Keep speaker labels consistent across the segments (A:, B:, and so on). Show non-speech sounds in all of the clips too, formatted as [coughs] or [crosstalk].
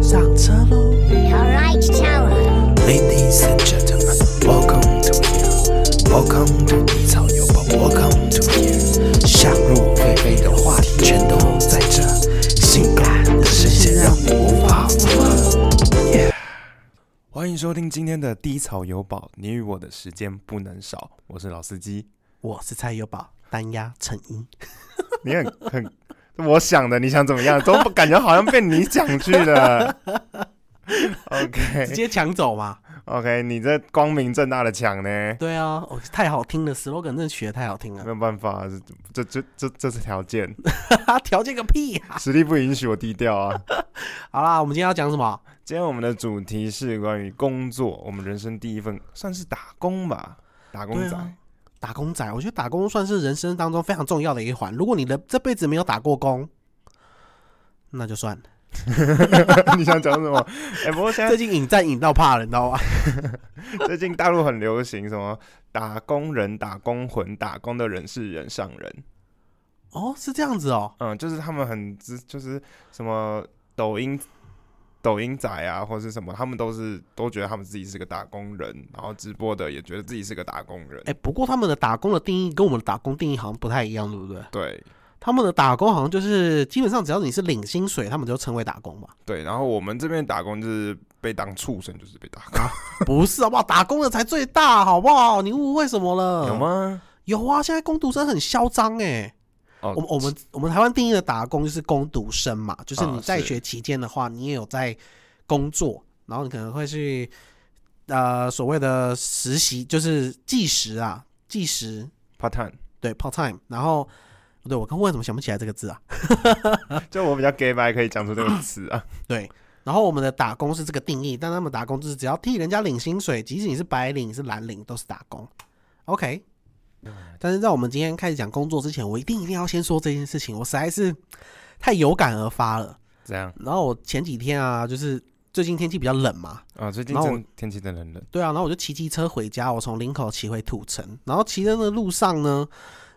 A: Talo.
B: Alright, Tower.
A: Ladies and gentlemen, welcome to here. Welcome to 低潮有宝，Welcome to here。想入非非的话题全都在这，性感的声线让你无法自拔。Yeah
C: 欢迎收听今天的《低草有宝》，你与我的时间不能少。我是老司机，
D: 我是蔡友宝，单压成音。
C: 你很很，我想的，你想怎么样，都不感觉好像被你讲去了。
D: [laughs] 直
C: OK
D: 接抢走嘛？
C: OK，你这光明正大的抢呢，
D: 对啊，哦，太好听了，slogan 真的取得太好听 [laughs]
C: 没
D: 了，
C: 有办法，这这这这这是条件，
D: 条件个屁啊！
C: 实力不允许我低调啊。
D: 好啦，我们今天要讲什么？
C: 今天我们的主题是关于工作，我们人生第一份算是打工吧，打工
D: 对
C: 仔。
D: 啊打工仔，我觉得打工算是人生当中非常重要的一环。如果你的这辈子没有打过工，那就算了。
C: [laughs] 你想讲什么？哎、不过现在
D: [laughs] 最近引战引到怕了，你知道吗？
C: 最近大陆很流行什么打工人、打工魂、打工的人是人上人，
D: [laughs] 哦，是这样子哦。
C: 嗯，就是他们很知就是什么抖音抖音仔啊，或是什么，他们都是都觉得他们自己是个打工人，然后直播的也觉得自己是个打工人，
D: 哎、不过他们的打工的定义跟我们的打工定义好像不太一样，对不对？
C: 对
D: 他们的打工好像就是基本上只要你是领薪水，他们就称为打 [laughs] 工吧？
C: 对。然后我们这边打工就是被当畜生，就是被打
D: 不是好不好？打工的才最大，好不好？你误会什么了？
C: 工，有吗？
D: 有啊，现在工读生很嚣张哎。
C: 哦
D: 我们我们我们台湾定义的打工就是工读生嘛，哦就是
C: 啊
D: 你在
C: 是
D: 学期间的话，你也有在工作，然后你可能会去呃所谓的实习，就是计时啊，计时
C: part
D: [laughs]
C: time，
D: 对 part time，然后不对，我刚为什么想不起来这个字啊？
C: 就我比较 gay 白，可以讲出这个词
D: [coughs]
C: 啊。
D: 对，然后我们的打工是这个定义，但他们打工就是只要替人家领薪水，即使你是白领、你是蓝领，都是打工。OK，但是在我们今天开始讲工作之前，我一定一定要先说这件事情，我实在是太有感而发了。
C: 这样
D: 然后我前几天啊，就是最近天气比较冷嘛，
C: 啊，最近
D: 然后
C: 真天气真的很冷，
D: 对啊，然后我就骑机车回家，我从林口骑回土城，然后骑的那路上呢，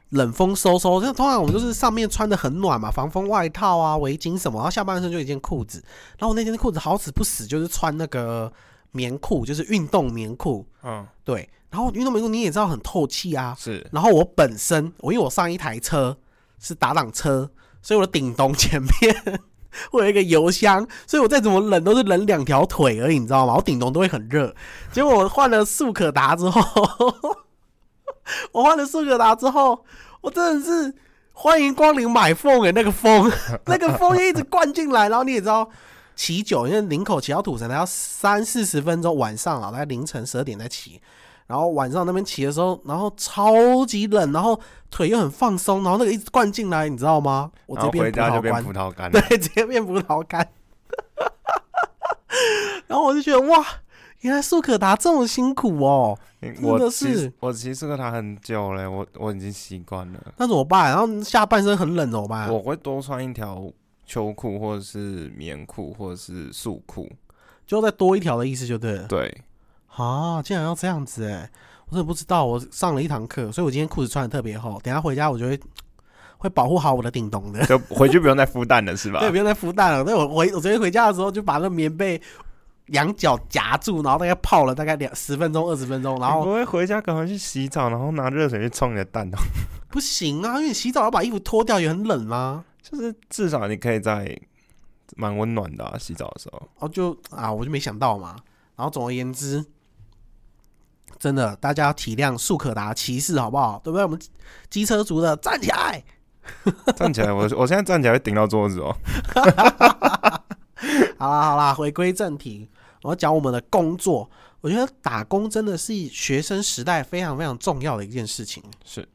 D: 冷风嗖嗖，就通常我们就是上面穿的很暖嘛，防风外套啊、围巾什么，然后下半身就一件裤子，然后我那件裤子好死不死就是穿那个棉裤，就是运动棉裤，
C: 嗯，
D: 对，然后运动棉裤你也知道很透气啊，
C: 是
D: 然后我本身我因为我上一台车是打挡车，所以我的顶咚前面 [laughs] 我有一个油箱，所以我再怎么冷都是冷两条腿而已，你知道吗？我顶咚都会很热。结果我换了速可达之后， [laughs] 我换了速可达之后，我真的是欢迎光临买凤诶、那个风 [laughs] 那个风一直灌进来，然后你也知道。骑久，因为林口骑到土城还要三四十分钟，晚上啊，大概凌晨十二点再骑，然后晚上那边骑的时候，然后超级冷，然后腿又很放松，然后那个一直灌进来，你知道吗？我
C: 然
D: 直
C: 后
D: 接
C: 回
D: 变葡
C: 家就
D: 萄
C: 变
D: 干
C: 葡，萄
D: [laughs]
C: 干了。
D: 对，直接变葡萄干。 [laughs] 然后我就觉得哇，原来速可达这么辛苦哦，
C: 欸
D: 真
C: 我
D: 的
C: 其实
D: 是
C: 我骑速克达很久了，我我已经习惯了。
D: 那怎么办？然后下半身很冷怎么办？
C: 我会多穿一条秋裤，或者是棉裤，或者是束裤。
D: 就再多一条的意思就对了。
C: 对，
D: 啊，竟然要这样子哎、我真的不知道，我上了一堂课，所以我今天裤子穿的特别厚，等一下回家我就会会保护好我的顶咚的。
C: 就回去不用再孵蛋了，是吧
D: [laughs] 对，不用再孵蛋了。对我回我昨天回家的时候，就把那棉被羊角夹住，然后大概泡了大概两十分钟、二十分钟，然
C: 你
D: 后
C: 不会回家赶快去洗澡，然后拿热水去冲你的蛋哦。 [laughs]
D: 不行啊，因为你洗澡要把衣服脱掉也很冷啊。
C: 就是至少你可以在蛮温暖的、啊、洗澡的时候。
D: 然后就啊，我就没想到嘛。然后总而言之，真的大家要体谅速可达骑士好不好？对不对？我们机车族的站起来。
C: 站起来，我我现在站起来会顶到桌子哦。
D: 好啦好啦，回归正题，我要讲我们的工作。我觉得打工真的是学生时代非常非常重要的一件事情。
C: 是，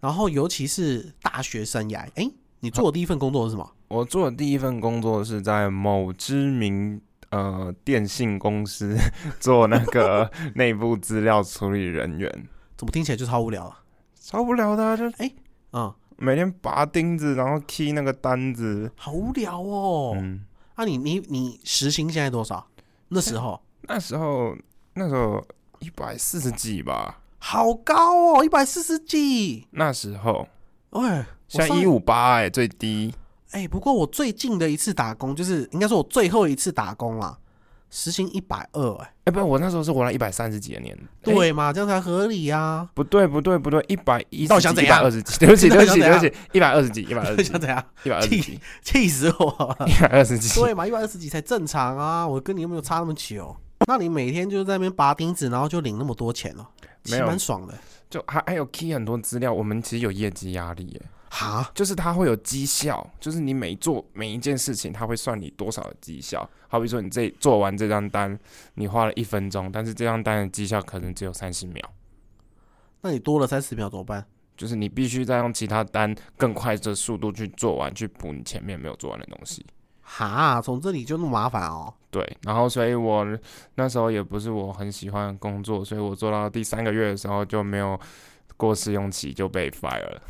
D: 然后尤其是大学生涯，哎、你做的第一份工作是什么？
C: 我做的第一份工作是在某知名。呃，电信公司 [laughs] 做那个内部资料处理人员，
D: 怎么听起来就超无聊啊？
C: 超不了的啊、就
D: 嗯，
C: 每天拔钉子，然后 key 那个单子。
D: 好无聊哦。
C: 嗯，
D: 啊你，你你时薪现在多少？那时候
C: 那时候那时候一百四十几吧，
D: 好高哦，一百四十几。
C: 那时候
D: 喂，我
C: 现在
D: 上
C: 一五八哎，最低。
D: 哎、不过我最近的一次打工，就是应该说我最后一次打工啦，时薪一百二，哎，
C: 哎，不，我那时候是活到一百三十几的年，哎
D: 对嘛，这样才合理啊。
C: 不对，不对，不对，一百一
D: 你到底想怎样
C: 二十几，对不起，
D: 你到
C: 对
D: 底
C: 不
D: 想怎样
C: 起，对不起，一百二十几，一百二十
D: [laughs]
C: 几
D: 想，怎样？
C: 一百二十几，
D: 气死我了！
C: 一百二十几。
D: [laughs] 对嘛，一百二十几才正常啊，我跟你又没有差那么久。那你每天就在那边拔钉子，然后就领那么多钱哦，其
C: 没
D: 实
C: 有
D: 蛮爽的。
C: 就还还有 key 很多资料，我们其实有业绩压力耶，
D: 哈，
C: 就是它会有绩效，就是你每做每一件事情，它会算你多少的绩效。好比说你这做完这张单，你花了一分钟，但是这张单的绩效可能只有三十秒，
D: 那你多了三十秒怎么办？
C: 就是你必须再用其他单更快的速度去做完，去补你前面没有做完的东西。
D: 哈，从这里就那么麻烦哦。
C: 对，然后所以我那时候也不是我很喜欢的工作，所以我做到第三个月的时候就没有过试用期就被 fire 了。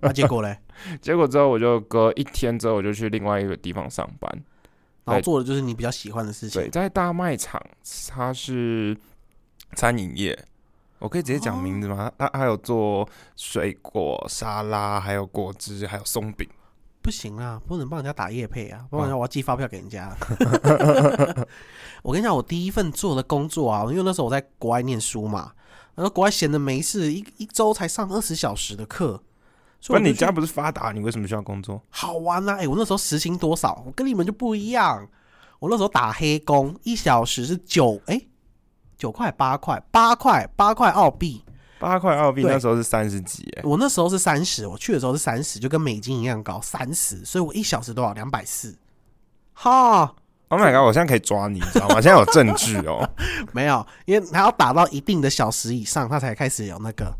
D: 那、啊结 [laughs] 果嘞，
C: 结果之后我就隔一天之后我就去另外一个地方上班，
D: 然后做的就是你比较喜欢的事
C: 对，
D: 情。
C: 在大卖场，它是餐饮业。
D: 哦
C: 我可以直接讲名字吗？它它还有做水果沙拉，还有果汁，还有松饼。
D: 不行啊，不能帮人家打夜配啊，不然我要寄发票给人 [laughs] 家。啊我跟你讲，我第一份做的工作啊，因为那时候我在国外念书嘛，然后国外闲的没事，一一周才上二十小时的课，
C: 不
D: 所以我
C: 然
D: 就
C: 你
D: 去
C: 家不是发达，你为什么需要工作？
D: 好玩呐、啊！哎、我那时候时薪多少？我跟你们就不一样。我那时候打黑工，一小时是九哎九块八块八块八块澳币。
C: 八块澳币
D: 对
C: 那时候是三十几，哎，
D: 我那时候是三十，我去的时候是三十，就跟美金一样高，三十。所以我一小时多少？两百四。哈，
C: Oh my god！我现在可以抓你，你知道吗？现在有证据
D: [laughs]
C: 哦。
D: 没有，因为他要打到一定的小时以上，他才开始有那个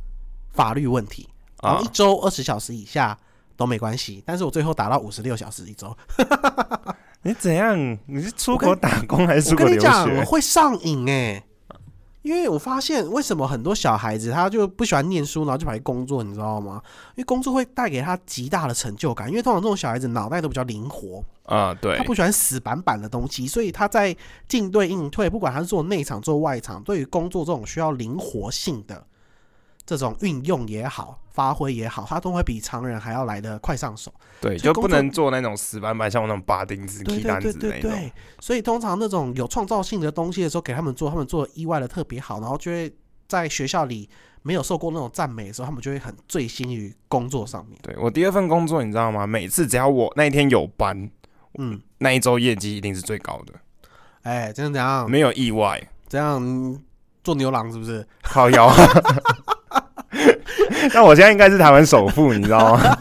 D: 法律问题。然
C: 啊
D: 后一周二十小时以下都没关系，但是我最后打到五十六小时一周。
C: 你怎样？你是出国
D: 我跟
C: 打工还
D: 我
C: 是出
D: 跟
C: 国
D: 你
C: 留
D: 讲，我
C: 学？
D: 会上瘾哎、因为我发现为什么很多小孩子他就不喜欢念书，然后就跑去工作，你知道吗？因为工作会带给他极大的成就感。因为通常这种小孩子脑袋都比较灵活，
C: 啊，对
D: 他，不喜欢死板板的东西，所以他在进对应退，不管他是做内场做外场，对于工作这种需要灵活性的这种运用也好，发挥也好，他都会比常人还要来的快上手。
C: 对，
D: 所以
C: 就
D: 工作
C: 不能做那种死板板，像我那种拔钉子、
D: 对
C: 踢
D: 对
C: 单
D: 对
C: 子
D: 对
C: 那种。
D: 对，所以通常那种有创造性的东西的时候，给他们做，他们做得意外的特别好，然后就会在学校里没有受过那种赞美的时候，他们就会很醉心于工作上面。
C: 对我第二份工作，你知道吗？每次只要我那一天有班，
D: 嗯，
C: 那一周业绩一定是最高的，
D: 哎，这样怎样？
C: 没有意外。
D: 这样嗯做牛郎是不是？ [laughs]
C: 靠腰。 [laughs] 那我现在应该是台湾首富，你知道吗？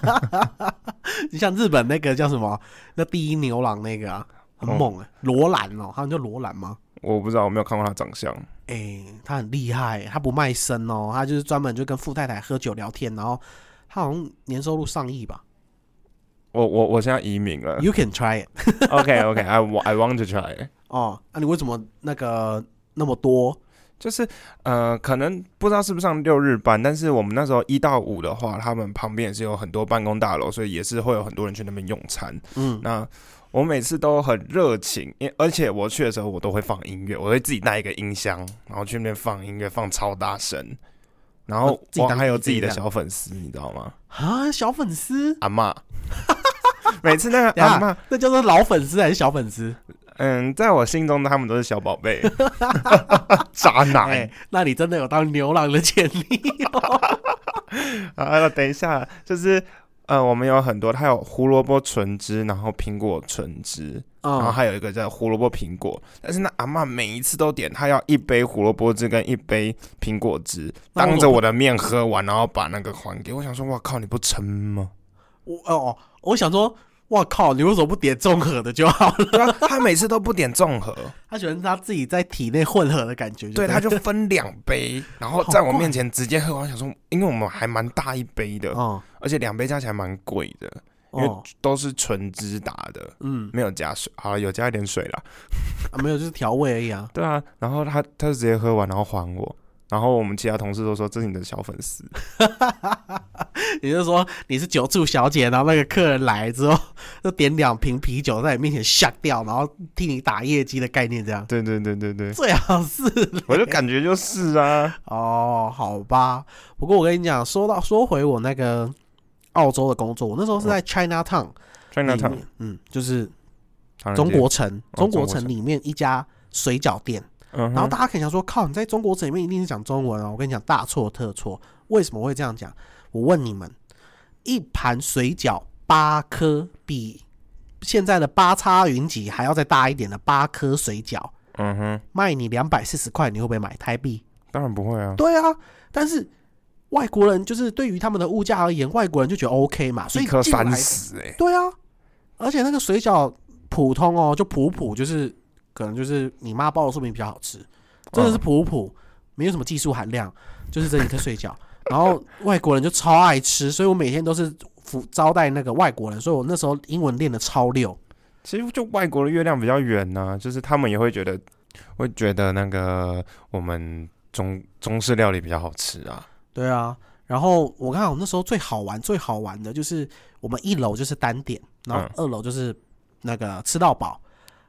C: [laughs]
D: 你像日本那个叫什么？那第一牛郎那个啊，很
C: 哦
D: 猛哎、罗兰哦，他们叫罗兰吗？
C: 我不知道，我没有看过他长相。
D: 哎、他很厉害，他不卖身哦，他就是专门就跟富太太喝酒聊天，然后他好像年收入上亿吧。
C: [laughs] 我我我现在移民了。
D: You can try it。
C: OK OK，I、w I want to try。
D: 哦，那、你为什么那个那么多？
C: 就是呃，可能不知道是不是上六日班，但是我们那时候一到五的话，他们旁边也是有很多办公大楼，所以也是会有很多人去那边用餐。
D: 嗯，
C: 那我每次都很热情，因而且我去的时候我都会放音乐，我会自己带一个音箱，然后去那边放音乐，放超大声。然
D: 哦
C: 后
D: 自己
C: 我
D: 当
C: 还有
D: DJ
C: 自己的
D: 这样
C: 小粉丝，你知道吗？
D: 啊，小粉丝，
C: 阿嬷， [laughs] 每次那个
D: 等一
C: 阿
D: 下
C: 嬷，
D: 那叫做老粉丝还是小粉丝？
C: 嗯，在我心中他们都是小宝
D: [laughs]
C: 贝，渣男。
D: 哎、那你真的有当牛郎的潜力哦。
C: 啊，等一下，就是呃，我们有很多，它有胡萝卜纯汁，然后苹果纯汁，然后
D: 嗯，
C: 还有一个叫胡萝卜苹果。但是那阿嬷每一次都点，她要一杯胡萝卜汁跟一杯苹果汁，
D: 那我
C: 当着我的面喝完，然后把那个还给我。想说，哇靠，你不撑吗？
D: 我哦，我想说，哇靠，你为什么不点综合的就好 [laughs] 了？
C: 对啊，她每次都不点综合，
D: 他喜欢他自己在体内混合的感觉对
C: 对，
D: 了，
C: 她就分两杯，然后
D: 好
C: 在我
D: 怪
C: 面前直接喝完。想说，因为我们还蛮大一杯的，
D: [laughs] 哦
C: 而且两杯加起来蛮贵的，因为
D: 哦，
C: 都是纯汁打的。
D: 嗯
C: 没有加水，好了，有加一点水啦。
D: 啊，没有，就是调味而已啊。 [laughs]
C: 对啊，然后他他就直接喝完，然后还我。然后我们其他同事都说这是你的小粉丝，
D: 也就是说，你是酒助小姐，然后那个客人来之后，就点两瓶啤酒在你面前下掉，然后替你打业绩的概念，这样
C: 对对对对对，
D: 最好是
C: 我就感觉就是啊，
D: [laughs] 哦，好吧。不过我跟你讲，说到说回我那个澳洲的工作，我那时候是在 China Town，、里
C: [laughs] Chinatown，
D: 面，嗯，就是
C: 唐人
D: 中
C: 街
D: 国城，
C: 哦
D: 中
C: 中
D: 国
C: 国
D: 城
C: 城
D: 里面一家水饺店。
C: 嗯哼，
D: 然后大家可以想说，靠，你在中国城里面一定是讲中文哦。我跟你讲，大错特错。为什么会这样讲？我问你们，一盘水饺八颗，比现在的八叉云集还要再大一点的八颗水饺，
C: 嗯哼，
D: 卖你两百四十块，你会不会买台币？
C: 当然不会啊，
D: 对啊，但是外国人就是对于他们的物价而言，外国人就觉得 OK 嘛，所以
C: 一颗
D: 进来
C: 三十哎，
D: 对啊，而且那个水饺普通哦，就普普，就是可能就是你妈包的酥饼比较好吃，真
C: 嗯
D: 的是普普，没有什么技术含量，就是这一颗水饺。然后外国人就超爱吃，所以我每天都是服招待那个外国人，所以我那时候英文练的超溜。
C: 其实就外国的月亮比较圆呐、就是他们也会觉得，会觉得那个我们中中式料理比较好吃啊。
D: 对啊，然后我看我们那时候最好玩、最好玩的就是我们一楼就是单点，然后
C: 嗯
D: 二楼就是那个吃到饱，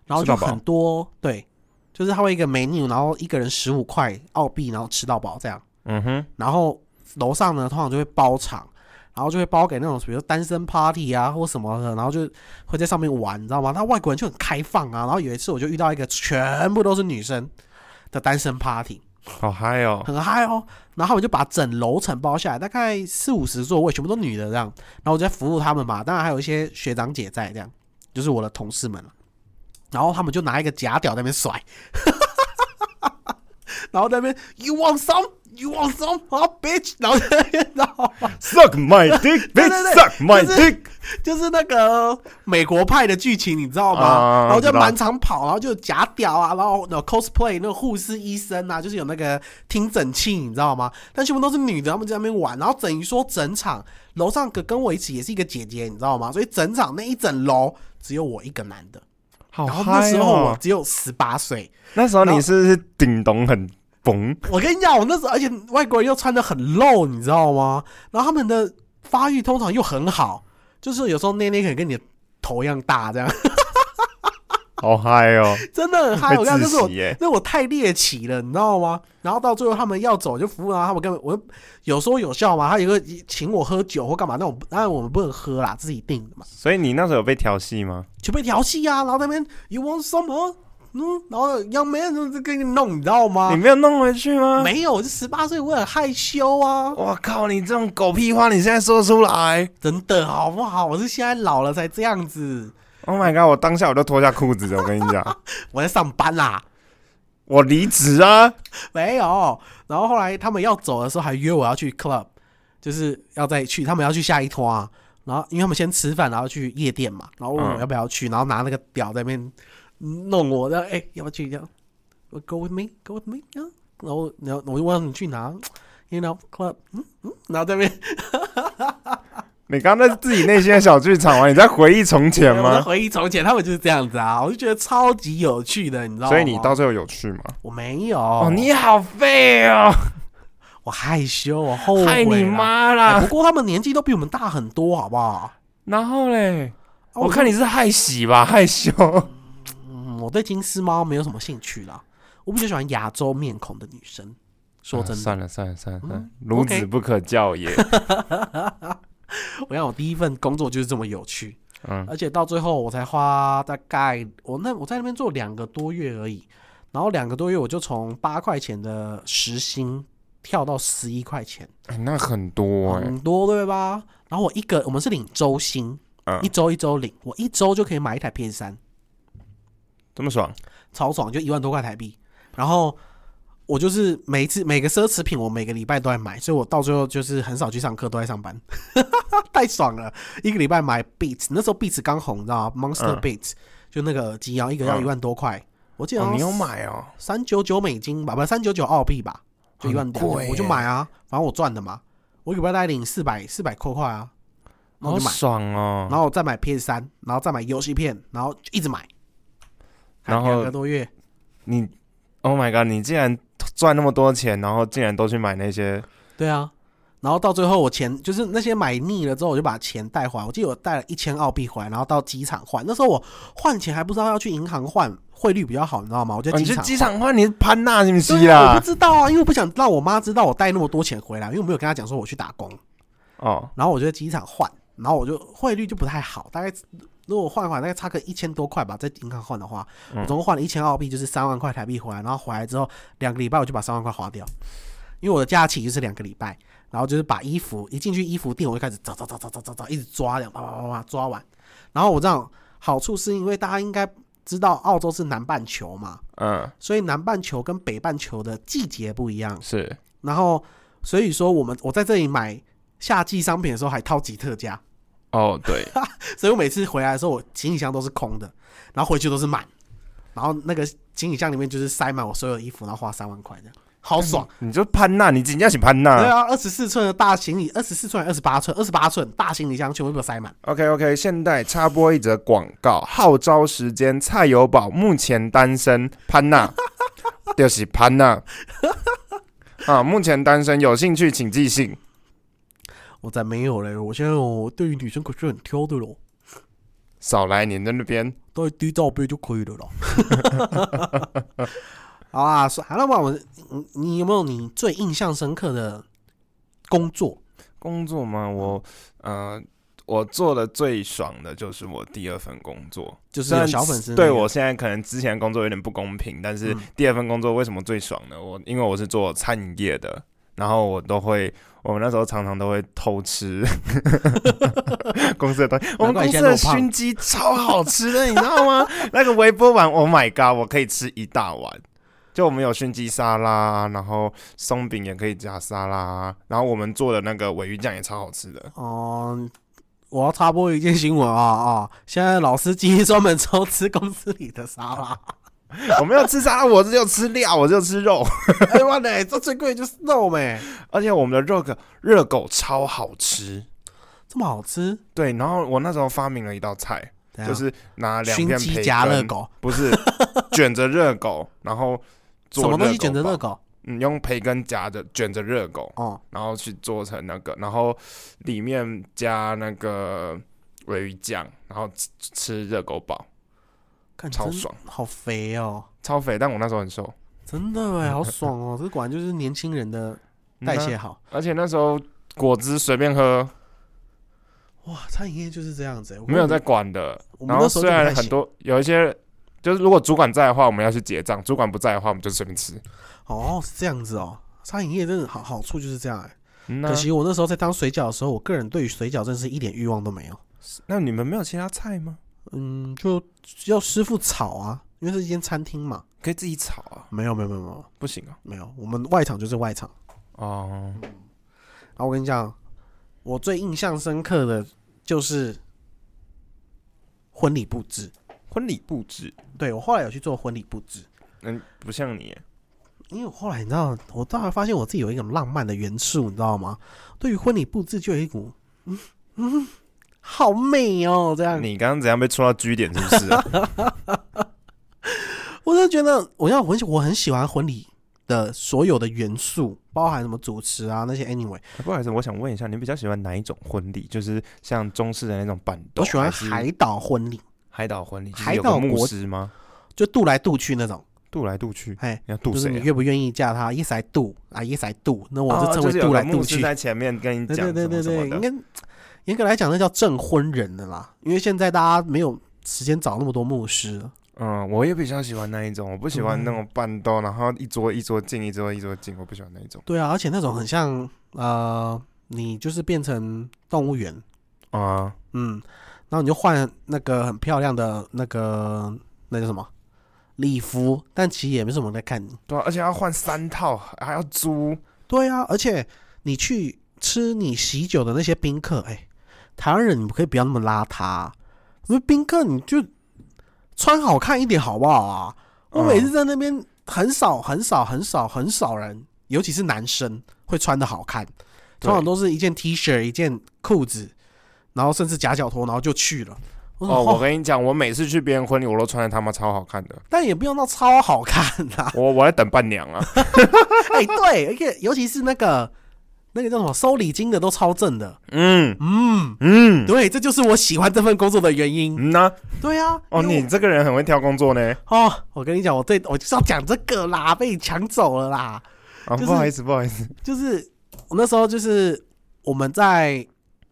D: 然后
C: 吃
D: 就
C: 到饱
D: 很多对，就是它会一个 menu，然后一个人十五块澳币，然后吃到饱这样。
C: 嗯哼，
D: 然后楼上呢通常就会包场，然后就会包给那种比如说单身 party 啊或什么的，然后就会在上面玩，你知道吗？那外国人就很开放啊。然后有一次我就遇到一个全部都是女生的单身 party，
C: 好嗨哦！
D: 很嗨哦。然后我就把整楼层包下来，大概四五十座位，全部都女的这样。然后我就在服务他们嘛，当然还有一些学长姐在这样，就是我的同事们了。然后他们就拿一个假屌在那边甩， [laughs] 然后在那边 You want some? You want some? 啊、bitch！然后在那边， [laughs] 然后
C: Suck my [laughs] dick,
D: 对
C: bitch!
D: 对对
C: Suck my
D: 就是
C: dick！
D: 就是那个美国派的剧情，你知道吗？
C: 啊
D: 然后就
C: 知道
D: 满场跑，然后就假屌啊，然后那 cosplay 那个护士医生啊，就是有那个听诊器，你知道吗？但全部都是女的，他们在那边玩，然后等于说整场楼上跟跟我一起也是一个姐姐，你知道吗？所以整场那一整楼只有我一个男的，
C: 好
D: 然后那
C: 嗨
D: 时候我
C: 哦！
D: 只有十八岁，
C: 那时候
D: 然后
C: 你是不是顶咚很嘣，
D: 我跟你讲，我那时候而且外国人又穿的很露，你知道吗？然后他们的发育通常又很好，就是有时候内内可能跟你的头一样大这样。
C: 好嗨哦！
D: 真的很嗨！
C: 会
D: 我跟你讲，
C: 窒
D: 那是我
C: 息欸耶，
D: 那我太猎奇了，你知道吗？然后到最后他们要走就服务啊，他们根本我有说有笑嘛，他有个请我喝酒或干嘛，那我当然我们不能喝啦，自己定的嘛，
C: 所以你那时候有被调戏吗？
D: 就被调戏啊，然后那边 you want some more，嗯，然后 young man 就给你弄，你知道吗
C: 你？没有弄回去吗？
D: 没有，我就十八岁，我很害羞啊，
C: 我靠！你这种狗屁话，你现在说出来
D: 真的好不好？我是现在老了才这样子，
C: ！Oh my god！我当下我就脱下裤子了，我跟你讲，
D: 我在上班啦。
C: 我离职啊！
D: 没有。然后后来他们要走的时候，还约我要去 club，就是要再去，他们要去下一拖啊。然后因为他们先吃饭，然后去夜店嘛，然后问我
C: 嗯
D: 要不要去，然后拿那个屌在那边弄我，然后哎、要不要去？这样我 go with me，go with me，yeah. 然后然后我就问你去哪，you know club，嗯嗯，然后这边
C: 你刚刚在自己内心的小剧场吗？你在回忆从前
D: 我在
C: 吗？
D: 回忆从前，他们就是这样子啊，我就觉得超级有趣的，你知道吗？
C: 所以你到最后有去吗？
D: 我没有，
C: 哦，你好废哦，
D: 我害羞，我后悔了，
C: 害你妈
D: 哎！
C: 啦
D: 不！过他们年纪都比我们大很多，好不好？
C: 然后嘞，
D: 啊
C: 我看
D: 就
C: 你是害喜吧，害羞。
D: 嗯，我对金丝猫没有什么兴趣啦，我比较喜欢亚洲面孔的女生。说真的，
C: 啊算了算了算了算了
D: 嗯，
C: 孺
D: OK
C: 子不可
D: [laughs]
C: 教也。
D: 我想我第一份工作就是这么有趣，
C: 嗯，
D: 而且到最后我才花大概我那我在那边做两个多月而已，然后两个多月我就从八块钱的时薪跳到十一块钱，
C: 哎那很多哎，
D: 很多对吧？然后我一个我们是领周薪，
C: 嗯
D: 一周一周领，我一周就可以买一台 PS 三，
C: 这么爽。
D: 超爽，就一万多块台币。然后我就是每一次每个奢侈品，我每个礼拜都在买，所以我到最后就是很少去上课，都在上班， [laughs] 太爽了！一个礼拜买 Beats，那时候 Beats 刚红，你知道吗？Monster
C: 嗯
D: Beats、就那个耳机，然后一个要
C: 嗯
D: 一万多块，我记得
C: 哦
D: 好，
C: 你有
D: 像
C: 买哦？
D: 三九九美金吧，不三九九澳币吧，就一万多，
C: 很贵耶
D: 我就买啊，反正我赚的嘛，我一个礼拜大概领四百四百块块啊，然后
C: 好
D: 我就买，
C: 爽哦。
D: 然后我再买 PS 三，然后再买游戏片，然后就一直买，
C: 然后
D: 两个多月。
C: 你，Oh my god！你竟然赚那么多钱，然后竟然都去买那些，
D: 对啊，然后到最后我钱就是那些买腻了之后，我就把钱带回来。我记得我带了一千澳币回来，然后到机场换。那时候我换钱还不知道要去银行换，汇率比较好，你知道吗？我就
C: 哦
D: 在
C: 你
D: 机
C: 去
D: 场。
C: 机场换，你是潘娜是不是
D: 对啊，我
C: 啦
D: 不？知道啊，因为我不想让我妈知道我带那么多钱回来，因为我没有跟她讲说我去打工，
C: 哦，
D: 然后我就在机场换，然后我就汇率就不太好，大概如果换一换，大概差个一千多块吧，在银行换的话，我总共换了一千澳币，就是三万块台币回来。然后回来之后两个礼拜，我就把三万块花掉，因为我的假期就是两个礼拜。然后就是把衣服一进去衣服店，我就开始找找找找找找找，一直抓，这样啪啪啪啪啪抓完。然后我这样好处是因为大家应该知道澳洲是南半球嘛，
C: 嗯，
D: 所以南半球跟北半球的季节不一样。
C: 是
D: 然后所以说我们我在这里买夏季商品的时候还超级特价，
C: 哦，对，
D: [laughs] 所以我每次回来的时候，我行李箱都是空的，然后回去都是满，然后那个行李箱里面就是塞满我所有的衣服，然后花三万块这样，好爽。
C: 你就潘娜，你人家请潘
D: 对
C: 娜。
D: 啊，二十四寸的大行李，二十四寸、二十八寸、二十八寸大行李箱全部被我塞满。
C: OK OK，现代插播一则广告，号召时间，蔡友宝目前单身，
D: [laughs]
C: 潘娜就是潘娜啊，目前单身，有兴趣请寄信。
D: 我再没有嘞，我现在我对于女生可是很挑的咯，
C: 少来你在那边，
D: 大概低罩杯就可以了咯。 [laughs] 好啊，说好了吧，我们你你有没有你最印象深刻的工作？
C: 工作吗？
D: 哦
C: 我呃，我做的最爽的就是我第二份工作，
D: 就是
C: 虽
D: 有
C: 然
D: 小粉丝那
C: 对
D: 个
C: 我现在可能之前工作有点不公平，但是
D: 嗯
C: 第二份工作为什么最爽呢？我因为我是做餐饮业的，然后我都会，我们那时候常常都会
D: [laughs]
C: 偷吃 [laughs] 公司的东西，我
D: 难
C: 们公司
D: 怪
C: 的
D: 你现在那么胖
C: 熏鸡超好吃的，你知道吗？那个微波碗，Oh my god，我可以吃一大碗。就我们有熏鸡沙拉，然后松饼也可以加沙拉，然后我们做的那个尾鱼酱也超好吃的。
D: 哦、我要插播一件新闻啊啊！现在老司机专门抽吃公司里的沙拉。 [laughs]
C: [laughs] 我没有吃沙拉，我只有吃料，我只有吃肉，
D: [laughs] 哎妈的，这最贵就是肉没，
C: 而且我们的热狗热狗超好吃。
D: 这么好吃，
C: 对，然后我那时候发明了一道菜，
D: 怎样
C: 就是拿两
D: 熏
C: 片培
D: 鸡
C: 根
D: 夹热，狗，
C: 不
D: [laughs]
C: 是卷着热狗，然后
D: 什
C: 做
D: 么东西卷着热
C: 包？
D: 狗？
C: 嗯，用培根夹着卷着热狗，
D: 哦，
C: 然后去做成那个，然后里面加那个鲔鱼酱，然后吃吃热狗堡，
D: 看
C: 超，
D: 真
C: 爽，
D: 好肥哦，
C: 超肥，但我那时候很瘦，
D: 真的
C: [laughs]
D: 哎，好爽哦！这果然就是年轻人的
C: 嗯
D: 代谢
C: 啊，
D: 好。
C: 而且那时候果汁随便喝，
D: 哇，餐饮业就是这样子欸，我
C: 嗯没有在管的。
D: 我们
C: 然后
D: 那时候
C: 虽
D: 就不
C: 然
D: 太
C: 很
D: 行
C: 多有一些，就是如果主管在的话，我们要去结账；主管不在的话，我们就随便吃。
D: 哦是这样子哦，餐饮业真的好好处就是这样哎。
C: 嗯那
D: 可惜我那时候在当水饺的时候，我个人对于水饺真是一点欲望都没有。
C: 那你们没有其他菜吗？
D: 嗯，就要师傅炒啊，因为是一间餐厅嘛。
C: 可以自己炒啊？
D: 没有没有没有没有
C: 不行啊？
D: 没有，我们外场就是外场。
C: 哦，
D: 然后我跟你讲，我最印象深刻的就是婚礼布置。
C: 婚礼布置，
D: 对我后来有去做婚礼布置，
C: 嗯，不像你耶，
D: 因为我后来你知道，我突然发现我自己有一种浪漫的元素，你知道吗？对于婚礼布置就有一股嗯嗯，好美哦，这样。
C: 你刚刚怎样被戳到 G 点是不是
D: [laughs]
C: 啊？
D: 我真的觉得，我要我很喜我很喜欢婚礼的所有的元素，包含什么主持啊那些。Anyway，
C: 不好意思，我想问一下，你比较喜欢哪一种婚礼？就是像中式的那种板凳，
D: 我喜欢
C: 还是
D: 海岛婚礼，
C: 海岛婚礼，就是
D: 海
C: 有个
D: 岛
C: 牧
D: 国
C: 师吗？
D: 就渡来渡去那种。
C: 渡来渡去，
D: 哎，
C: 你要渡
D: 就是你
C: 谁啊？
D: 愿不愿意嫁他？Yes I do 啊，Yes I do。那我
C: 哦
D: 就称为
C: 有
D: 渡
C: 个
D: 来渡
C: 牧师
D: 去。
C: 在前面跟
D: [laughs]
C: 你
D: 对
C: 讲
D: 对对
C: 什么
D: 对
C: 什么
D: 对，应
C: 的。
D: 该严格来讲，那叫证婚人的啦。因为现在大家没有时间找那么多牧师了。
C: 嗯，我也比较喜欢那一种，我不喜欢那种半兜，然后一桌一桌进，一桌一桌进，我不喜欢那一种。
D: 对啊，而且那种很像呃，你就是变成动物园，
C: 啊、
D: 嗯，然后你就换那个很漂亮的那个那叫什么礼服，但其实也没什么人在看你。
C: 对啊、而且要换三套，还要租。
D: 对啊，而且你去吃你喜酒的那些宾客，哎、台湾人你们可以不要那么邋遢、啊，因为宾客你就穿好看一点好不好啊？我每次在那边很少很少很少很少人，尤其是男生会穿的好看，
C: 对
D: 通常都是一件 T 恤、一件裤子，然后甚至夹脚拖，然后就去了。我说
C: 哦，我跟你讲，我每次去别人婚礼，我都穿的他妈超好看的。
D: 但也不用到超好看啦、
C: 我我在等伴娘啊。
D: 哎、对，而且尤其是那个那个叫什么收礼金的都超正的，[laughs]
C: 嗯
D: 嗯，
C: 嗯，
D: 对，这就是我喜欢这份工作的原因。
C: 嗯呐、
D: 对啊，
C: 哦，
D: 因为
C: 你这个人很会挑工作呢。
D: 我哦，我跟你讲，我对我就是要讲这个啦，被你抢走了啦。
C: 啊，
D: 就是
C: 不好意思，不好意思。
D: 就是我那时候就是我们在，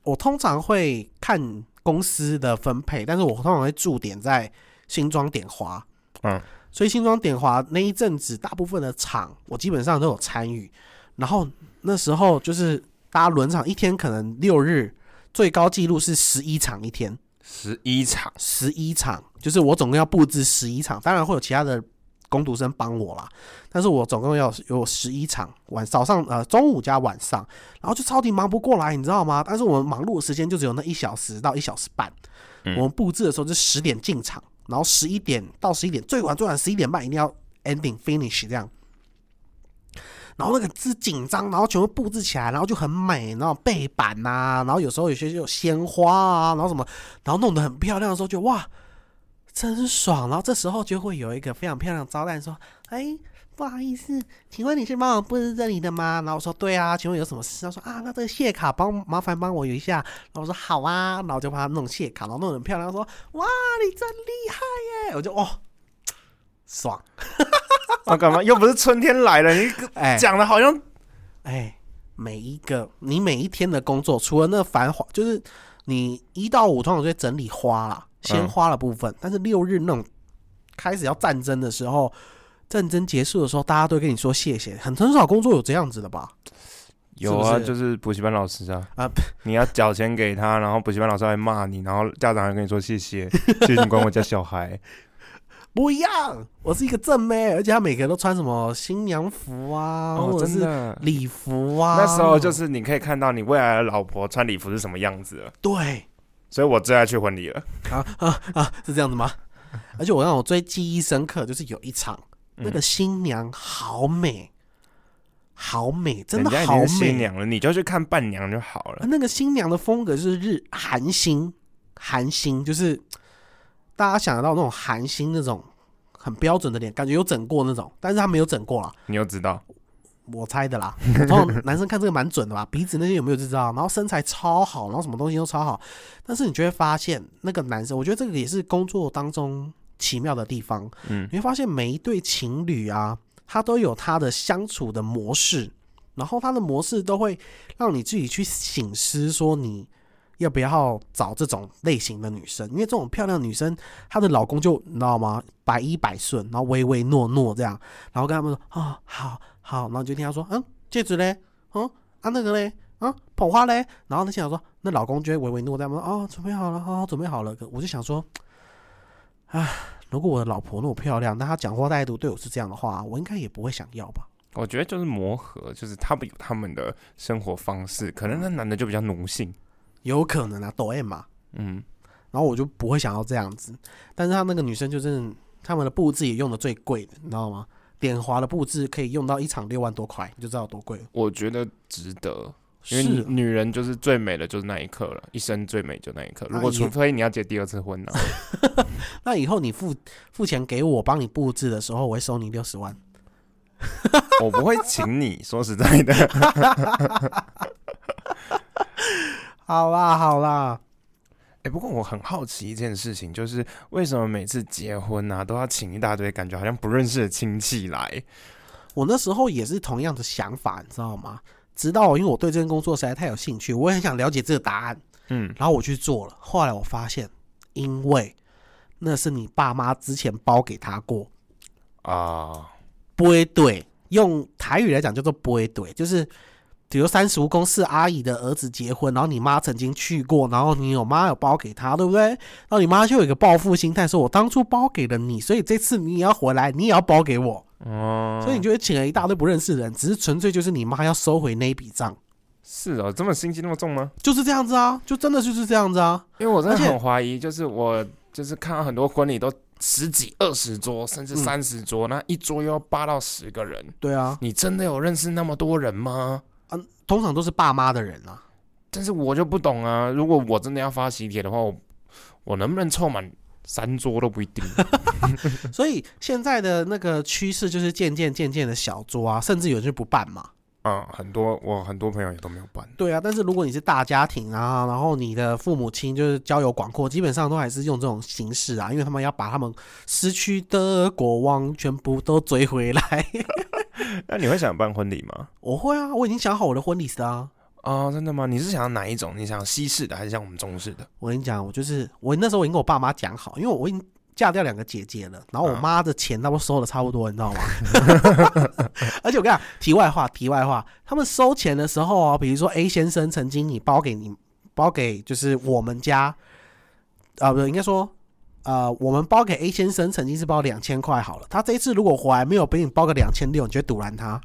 D: 我通常会看公司的分配，但是我通常会驻点在新庄点华，
C: 嗯，
D: 所以新庄点华那一阵子，大部分的场我基本上都有参与。然后那时候就是大家轮场一天，可能六日最高纪录是十一场一天，
C: 十一场，
D: 十一场，就是我总共要布置十一场，当然会有其他的工读生帮我啦，但是我总共要有十一场，晚早上呃中午加晚上，然后就超级忙不过来，你知道吗？但是我们忙碌的时间就只有那一小时到一小时半，我们布置的时候是十点进场，然后十一点到十一点，最晚最晚十一点半一定要 ending finish 这样。然后那个字紧张，然后全部布置起来，然后就很美，然后背板呐、然后有时候有些就有鲜花啊，然后什么然后弄得很漂亮的时候就，哇，真爽。然后这时候就会有一个非常漂亮的招待说：“哎，不好意思，请问你是帮我布置这里的吗？”然后我说：“对啊，请问有什么事？”他说：“啊，那这个谢卡帮麻烦帮我一下。”然后我说：“好啊。”然后就帮他弄谢卡，然后弄得很漂亮，说：“哇，你真厉害耶！”我就哦，爽，
C: [laughs] 啊，干嘛？又不是春天来了，你
D: 哎
C: 讲的好像
D: 哎，每一个你每一天的工作，除了那繁华，就是你一到五通常就会整理花啦，鲜
C: 嗯
D: 花的部分。但是六日那种开始要战争的时候，战争结束的时候，大家都会跟你说谢谢。很很少工作有这样子的吧？
C: 有啊，
D: 是不是
C: 就是补习班老师啊，
D: 啊，
C: [laughs] 你要缴钱给他，然后补习班老师还骂你，然后家长还跟你说
D: [laughs]
C: 谢谢，谢谢你管我家小孩。
D: 不一样，我是一个正妹，而且她每个人都穿什么新娘服啊，
C: 哦，
D: 或者
C: 真
D: 是
C: 的。
D: 礼服啊。
C: 那时候就是是你可以看到你未来的老婆穿礼服是什么样子了，
D: 对，
C: 所以我最爱去婚礼了。
D: 啊啊啊！是这样子吗？而且我让我最记忆深刻，就是有一场，
C: 嗯
D: 那个新娘好美，好美，真的
C: 人家已
D: 好
C: 经是
D: 美。
C: 新
D: 啊嗯
C: 娘了，你就去看伴娘就好了。
D: 那个新娘的风格就是日韩星，韩星就是大家想得到那种韩星那种很标准的脸，感觉有整过那种，但是她没有整过啦，
C: 你又知道，
D: 我猜的啦。我通常男生看这个蛮准的吧， [laughs] 鼻子那些有没有就知道。然后身材超好，然后什么东西都超好。但是你就会发现，那个男生，我觉得这个也是工作当中奇妙的地方。
C: 嗯，
D: 你会发现每一对情侣啊，他都有他的相处的模式，然后他的模式都会让你自己去醒思，说你。要不要找这种类型的女生？因为这种漂亮女生，她的老公就你知道吗，百依百顺，然后唯唯诺诺这样，然后跟他们说啊、好好，然后你就听他说，嗯，戒指嘞，嗯啊那个嘞，啊捧花嘞，然后那心想说，那老公就会唯唯诺诺，说哦准备好了，哦准备好了，可我就想说，啊，如果我的老婆那么漂亮，但她讲话态度对我是这样的话，我应该也不会想要吧？
C: 我觉得就是磨合，就是他们有他们的生活方式，可能那
D: 嗯
C: 男的就比较奴性，
D: 有可能啊，抖 M 嘛，
C: 嗯，
D: 然后我就不会想要这样子。但是他那个女生就是他们的布置也用的最贵的，你知道吗？点华的布置可以用到一场六万多块，你就知道多贵了。
C: 我觉得值得，因为
D: 是啊
C: 女女人就是哦最美的就是那一刻了，一生最美就那一刻。
D: 那
C: 如果
D: 也
C: 除非你要结第二次婚呢、啊，
D: 那以后你付付钱给我帮你布置的时候，我会收你六十万。
C: [laughs] 我不会请你。说实在的， [laughs]
D: 好啦好啦，
C: 哎、不过我很好奇一件事情，就是为什么每次结婚啊都要请一大堆感觉好像不认识的亲戚来？
D: 我那时候也是同样的想法，你知道吗？直到我因为我对这份工作实在太有兴趣，我也很想了解这个答案，
C: 嗯，
D: 然后我去做了。后来我发现，因为那是你爸妈之前包给他过，
C: 啊，
D: 不会对，用台语来讲叫做不会对，就是比如三十五公是阿姨的儿子结婚，然后你妈曾经去过，然后你有妈有包给他，对不对？然后你妈就有一个报复心态，说我当初包给了你，所以这次你也要回来，你也要包给我，
C: 哦、
D: 所以你就会请了一大堆不认识的人，只是纯粹就是你妈要收回那一笔账，
C: 是哦，这么心机那么重吗？
D: 就是这样子啊，就真的就是这样子啊。
C: 因为我真的
D: 而且
C: 很怀疑，就是我就是看到很多婚礼都十几、二十桌，甚至
D: 嗯
C: 三十桌，那一桌又要八到十个人，
D: 对啊，
C: 你真的有认识那么多人吗？
D: 通常都是爸妈的人啊，
C: 但是我就不懂啊，如果我真的要发喜帖的话，我我能不能凑满三桌都不一定。 [laughs]
D: 所以现在的那个趋势就是渐渐渐渐的小桌啊，甚至有人就不办嘛。
C: 嗯，很多我很多朋友也都没有办。
D: 对啊，但是如果你是大家庭啊，然后你的父母亲就是交友广阔，基本上都还是用这种形式啊，因为他们要把他们失去的国王全部都追回来。 [laughs]
C: 那你会想办婚礼吗？
D: 我会啊，我已经想好我的婚礼了啊。
C: 哦，真的吗？你是想要哪一种？你想要西式的还是像我们中式的？
D: 我跟你讲，我就是我那时候我已经跟我爸妈讲好，因为我已经嫁掉两个姐姐了，然后
C: 嗯
D: 我妈的钱差不多收的差不多，你知
C: [laughs]
D: 道吗？而且我跟你讲，题外话，题外话，他们收钱的时候啊、比如说 A 先生曾经你包给你包给就是我们家，啊、不对，应该说。呃，我们包给 A 先生曾经是包两千块好了，他这一次如果回来没有给你包个两千六，你就会堵拦他，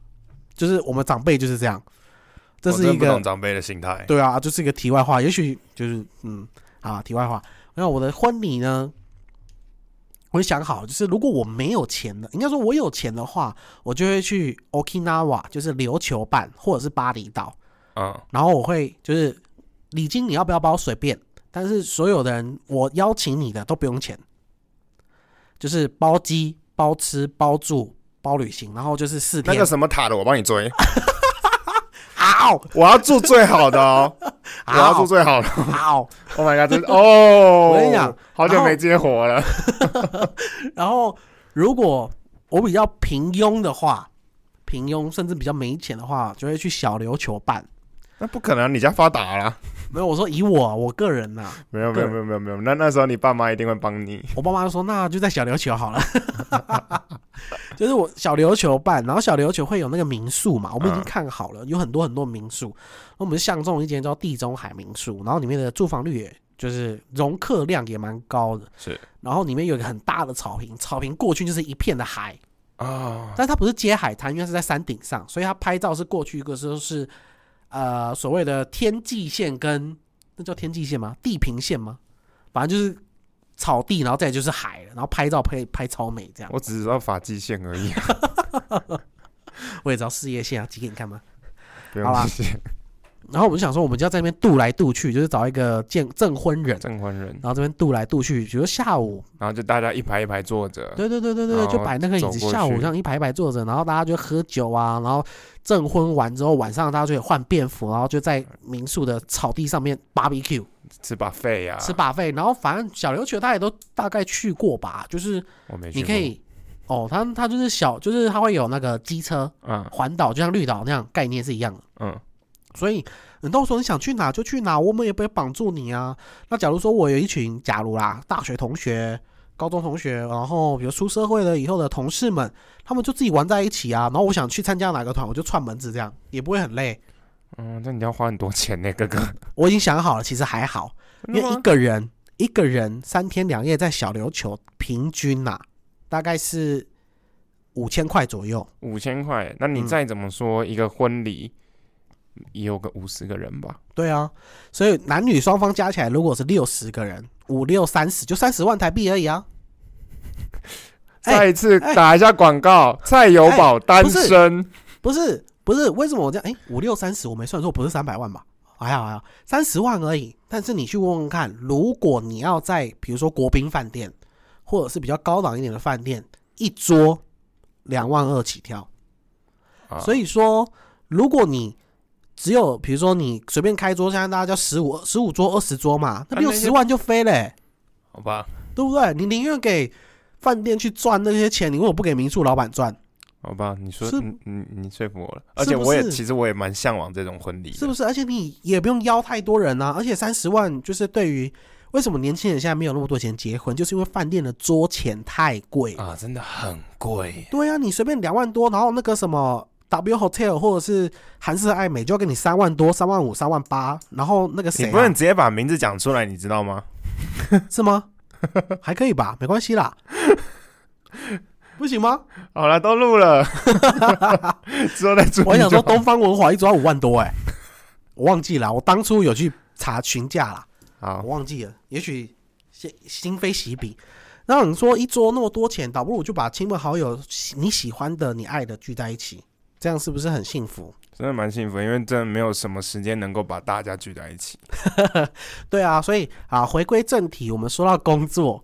D: 就是我们长辈就是这样，这
C: 我哦真
D: 是
C: 的
D: 一
C: 不
D: 个
C: 懂长辈的心态。
D: 对啊，就是一个题外话，也许就是嗯，啊，题外话。然后我的婚礼呢，我就想好，就是如果我没有钱的，应该说我有钱的话，我就会去 Okinawa，就是琉球办或者是巴厘岛，
C: 嗯，
D: 然后我会就是礼金你要不要包随便，但是所有的人我邀请你的都不用钱，就是包机、包吃、包住、包旅行，然后就是四
C: 那
D: 天。
C: 个什么塔的，我帮你追， [laughs]
D: 啊哦
C: 我要住最好的哦，我要
D: 啊
C: 住
D: 哦
C: 最好的。
D: 啊哦
C: [laughs] Oh my god！真的哦，
D: 我跟你讲，
C: 好久没接活了。
D: 然后如果我比较平庸的话，平庸甚至比较没钱的话，就会去小琉球办。
C: 那不可能，你家发达啦？
D: 没有，我说以我我个人呐、
C: 没有没有没有没有没有，那那时候你爸妈一定会帮你。
D: 我爸妈就说那就在小琉球好了，就是我小琉球办，然后小琉球会有那个民宿嘛，我们已经
C: 嗯
D: 看好了，有很多很多民宿，我们相中一间叫地中海民宿，然后里面的住房率也就是容客量也蛮高的，
C: 是
D: 然后里面有一个很大的草坪，草坪过去就是一片的海，
C: 啊，
D: 但它不是接海滩，因为它是在山顶上，所以它拍照是过去一个时候是呃所谓的天际线跟那叫天际线吗？地平线吗？反正就是草地，然后再来就是海了，然后拍照拍拍超美这样。
C: 我只知道发际线而已，啊
D: 我也知道事业线啊，挤给你看吗？
C: 不
D: 好啦
C: 用谢 [laughs] 谢。
D: 然后我们就想说，我们就要在那边渡来渡去，就是找一个见证婚人，
C: 证婚人，
D: 然后这边渡来渡去，比如下午，
C: 然后就大家一排一排坐着，
D: 对对对对对，
C: 然后
D: 就摆那个椅
C: 走
D: 子，
C: 过
D: 下午
C: 去
D: 这样一排一排坐着，然后大家就喝酒啊，然后证婚完之后，晚上大家就可以换便服，然后就
C: 嗯
D: 在民宿的草地上面 barbecue。
C: 吃啊把肺呀，
D: 吃把费，然后反正小琉球他也都大概去过吧，就是
C: 我没去
D: 你
C: 过。
D: 可以哦，他他就是小，就是他会有那个机车
C: 嗯
D: 环岛，就像绿岛那样概念是一样的。
C: 嗯，
D: 所以你到时候你想去哪就去哪，我们也不会绑住你啊。那假如说我有一群，假如啦，大学同学、高中同学，然后比如出社会了以后的同事们，他们就自己玩在一起啊。然后我想去参加哪个团，我就串门子这样，也不会很累。
C: 嗯，那你要花很多钱呢，哥哥。
D: 我已经想好了，其实还好，因
C: 真的
D: 为
C: 吗
D: 一个人一个人三天两夜在小琉球，平均呐、大概是五千块左右。
C: 五千块，那你
D: 嗯
C: 再怎么说、一个婚礼也有个五十个人吧？
D: 对啊，所以男女双方加起来，如果是六十个人，五六三十，就三十万台币而已啊。哎
C: 再一次
D: 哎
C: 打一下广告，蔡友宝单身，
D: 不是不是，为什么我这样？哎，五六三十，我没算错，不是三百万吧？哎还好还好，三十万而已。但是你去问问看，如果你要在比如说国宾饭店，或者是比较高档一点的饭店，一桌两万二起跳。
C: 啊
D: 所以说，如果你只有比如说你随便开桌，现在大家叫十五十五桌二十桌嘛，那
C: 啊那
D: 六
C: 些
D: 十万就飞嘞、
C: 好吧，
D: 对不对？你宁愿给饭店去赚那些钱，你为什么不给民宿老板赚？
C: 好吧，你说
D: 是
C: 你你你说服我了，
D: 是
C: 而且我也
D: 不是
C: 其实我也蛮向往这种婚礼的，
D: 是不是？而且你也不用邀太多人啊，而且三十万就是对于为什么年轻人现在没有那么多钱结婚，就是因为饭店的桌钱太贵。
C: 啊，真的很贵，
D: 对呀、啊，你随便两万多，然后那个什么 W Hotel 或者是韩式爱美就要给你三万多、三万五、三万八，然后那个
C: 你
D: 谁、啊
C: 不能直接把名字讲出来，你知道吗？
D: [laughs] 是吗？还可以吧，没关系啦。不行
C: [laughs]
D: 吗？
C: 好了，都
D: [laughs]
C: 录了，之后再注意就好。
D: 我还想说东方文华一抓五万多哎、我忘记了，我当初有去查询价啦，
C: 好
D: 我，忘记了，也许心今非昔比。然后你说一桌那么多钱，倒不如就把亲朋好友、喜你喜欢的、你爱的聚在一起，这样是不是很幸福？
C: 真的蛮幸福，因为真的没有什么时间能够把大家聚在一起。
D: 对啊，所以啊，回归正题，我们说到工作，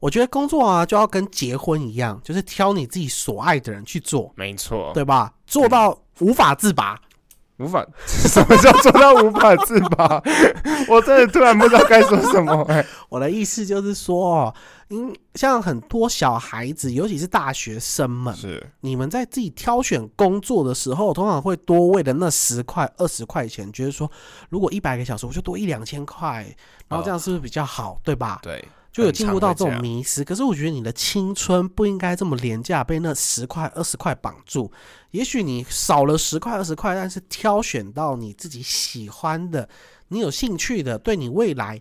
D: 我觉得工作啊就要跟结婚一样，就是挑你自己所爱的人去做，
C: 没错，
D: 对吧？做到无法自拔。
C: 无法， [laughs] 什么叫做到无法自
D: [laughs]
C: 拔？我真的突然不知道该说什么、哎，
D: 我的意思就是说，哦，因像很多小孩子，尤其是大学生们，
C: 是
D: 你们在自己挑选工作的时候，通常会多为了那十块、二十块钱，觉得说，如果一百个小时，我就多一两千块，然后这样是不是比较好，对吧？
C: 对，
D: 就有进入到这
C: 很
D: 种
C: 常会
D: 迷失。可是我觉得你的青春不应该这么廉价，被那十块、二十块绑住。也许你少了十块、二十块，但是挑选到你自己喜欢的、你有兴趣的、对你未来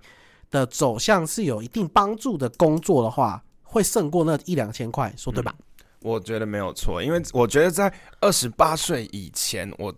D: 的走向是有一定帮助的工作的话，会胜过那一两千块，说对吧？
C: 我觉得没有错，因为我觉得在二十八岁以前，我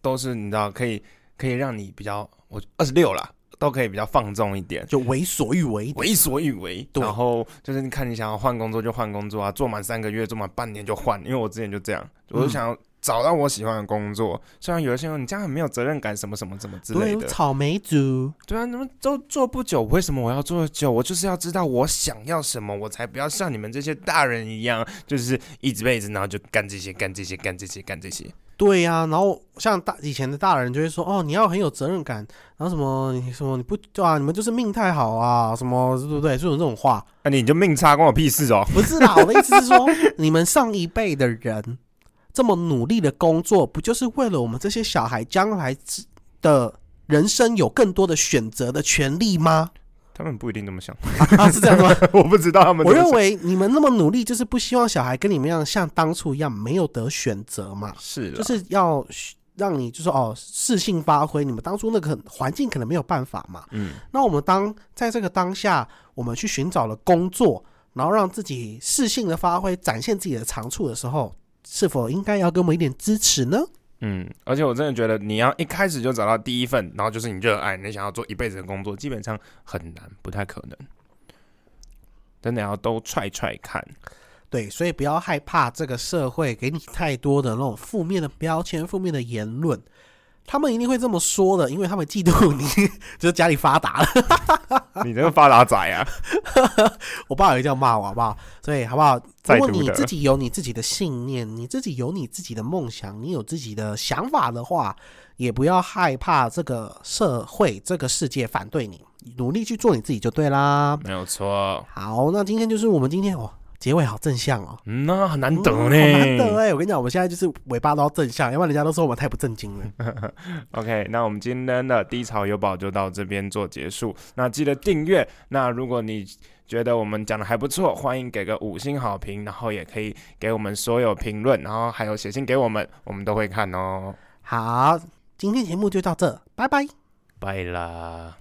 C: 都是你知道可以可以让你比较，我二十六啦，都可以比较放纵一点，
D: 就为所欲为一点。
C: 为所欲为。
D: 对
C: 然后就是你看你想要换工作就换工作啊，做满三个月，做满半年就换。因为我之前就这样，我就
D: 嗯
C: 想要找到我喜欢的工作。虽然有一些人说你这样很没有责任感，什么什么什么之类
D: 对，
C: 的，
D: 草莓族，
C: 对啊，你们都做不久，为什么我要做久？我就是要知道我想要什么，我才不要像你们这些大人一样，就是一直辈子，然后就干这些、干这些、干这些、干这些。
D: 对呀、然后像大以前的大人就会说，哦，你要很有责任感，然后什么你什么你不对啊，你们就是命太好啊，什么对不对？这种这种话，
C: 那、你就命差，关我屁事哦！
D: 不是
C: [laughs]
D: 啦，我的意思是说，你们上一辈的人这么努力的工作，不就是为了我们这些小孩将来之的人生有更多的选择的权利
C: [laughs]
D: 吗？
C: 他们不一定这么想， [laughs]
D: 啊，是这样吗？
C: 我不知道他们
D: 我
C: 怎么想。
D: 认为你们那么努力，就是不希望小孩跟你们一样，像当初一样没有得选择嘛。
C: 是啦，
D: 就是要让你就是哦适性发挥。你们当初那个环境可能没有办法嘛，
C: 嗯，
D: 那我们当在这个当下，我们去寻找了工作，然后让自己适性的发挥，展现自己的长处的时候，是否应该要给我们一点支持呢？
C: 嗯，而且我真的觉得你要一开始就找到第一份，然后就是你热爱，你想要做一辈子的工作，基本上很难，不太可能。真的要都踹踹看，
D: 对，所以不要害怕这个社会给你太多的那种负面的标签、负面的言论。他们一定会这么说的，因为他们嫉妒你， [laughs] 就是家里发达了。
C: 你
D: [laughs]
C: 这个发达仔啊！
D: 我爸也这样骂我，好不好？所以好不好？
C: 在
D: 如
C: 读
D: 果你
C: 的
D: 自己有你自己的信念，你自己有你自己的梦想，你有自己的想法的话，也不要害怕这个社会、这个世界反对你，努力去做你自己就对啦。
C: 没有错，
D: 好，那今天就是我们今天哦，结尾好正向哦。
C: 嗯，那很难得
D: 嗯好
C: 呢，
D: 难得哎、我跟你讲，我们现在就是尾巴都要正向，要不然人家都说我们太不正经了。
C: OK，那我们今天的低潮有宝就到这边做结束。那记得订阅。那如果你觉得我们讲的还不错，欢迎给个五星好评，然后也可以给我们所有评论，然后还有写信给我们，我们都会看哦。
D: 好，今天节目就到这，拜拜。
C: 拜啦。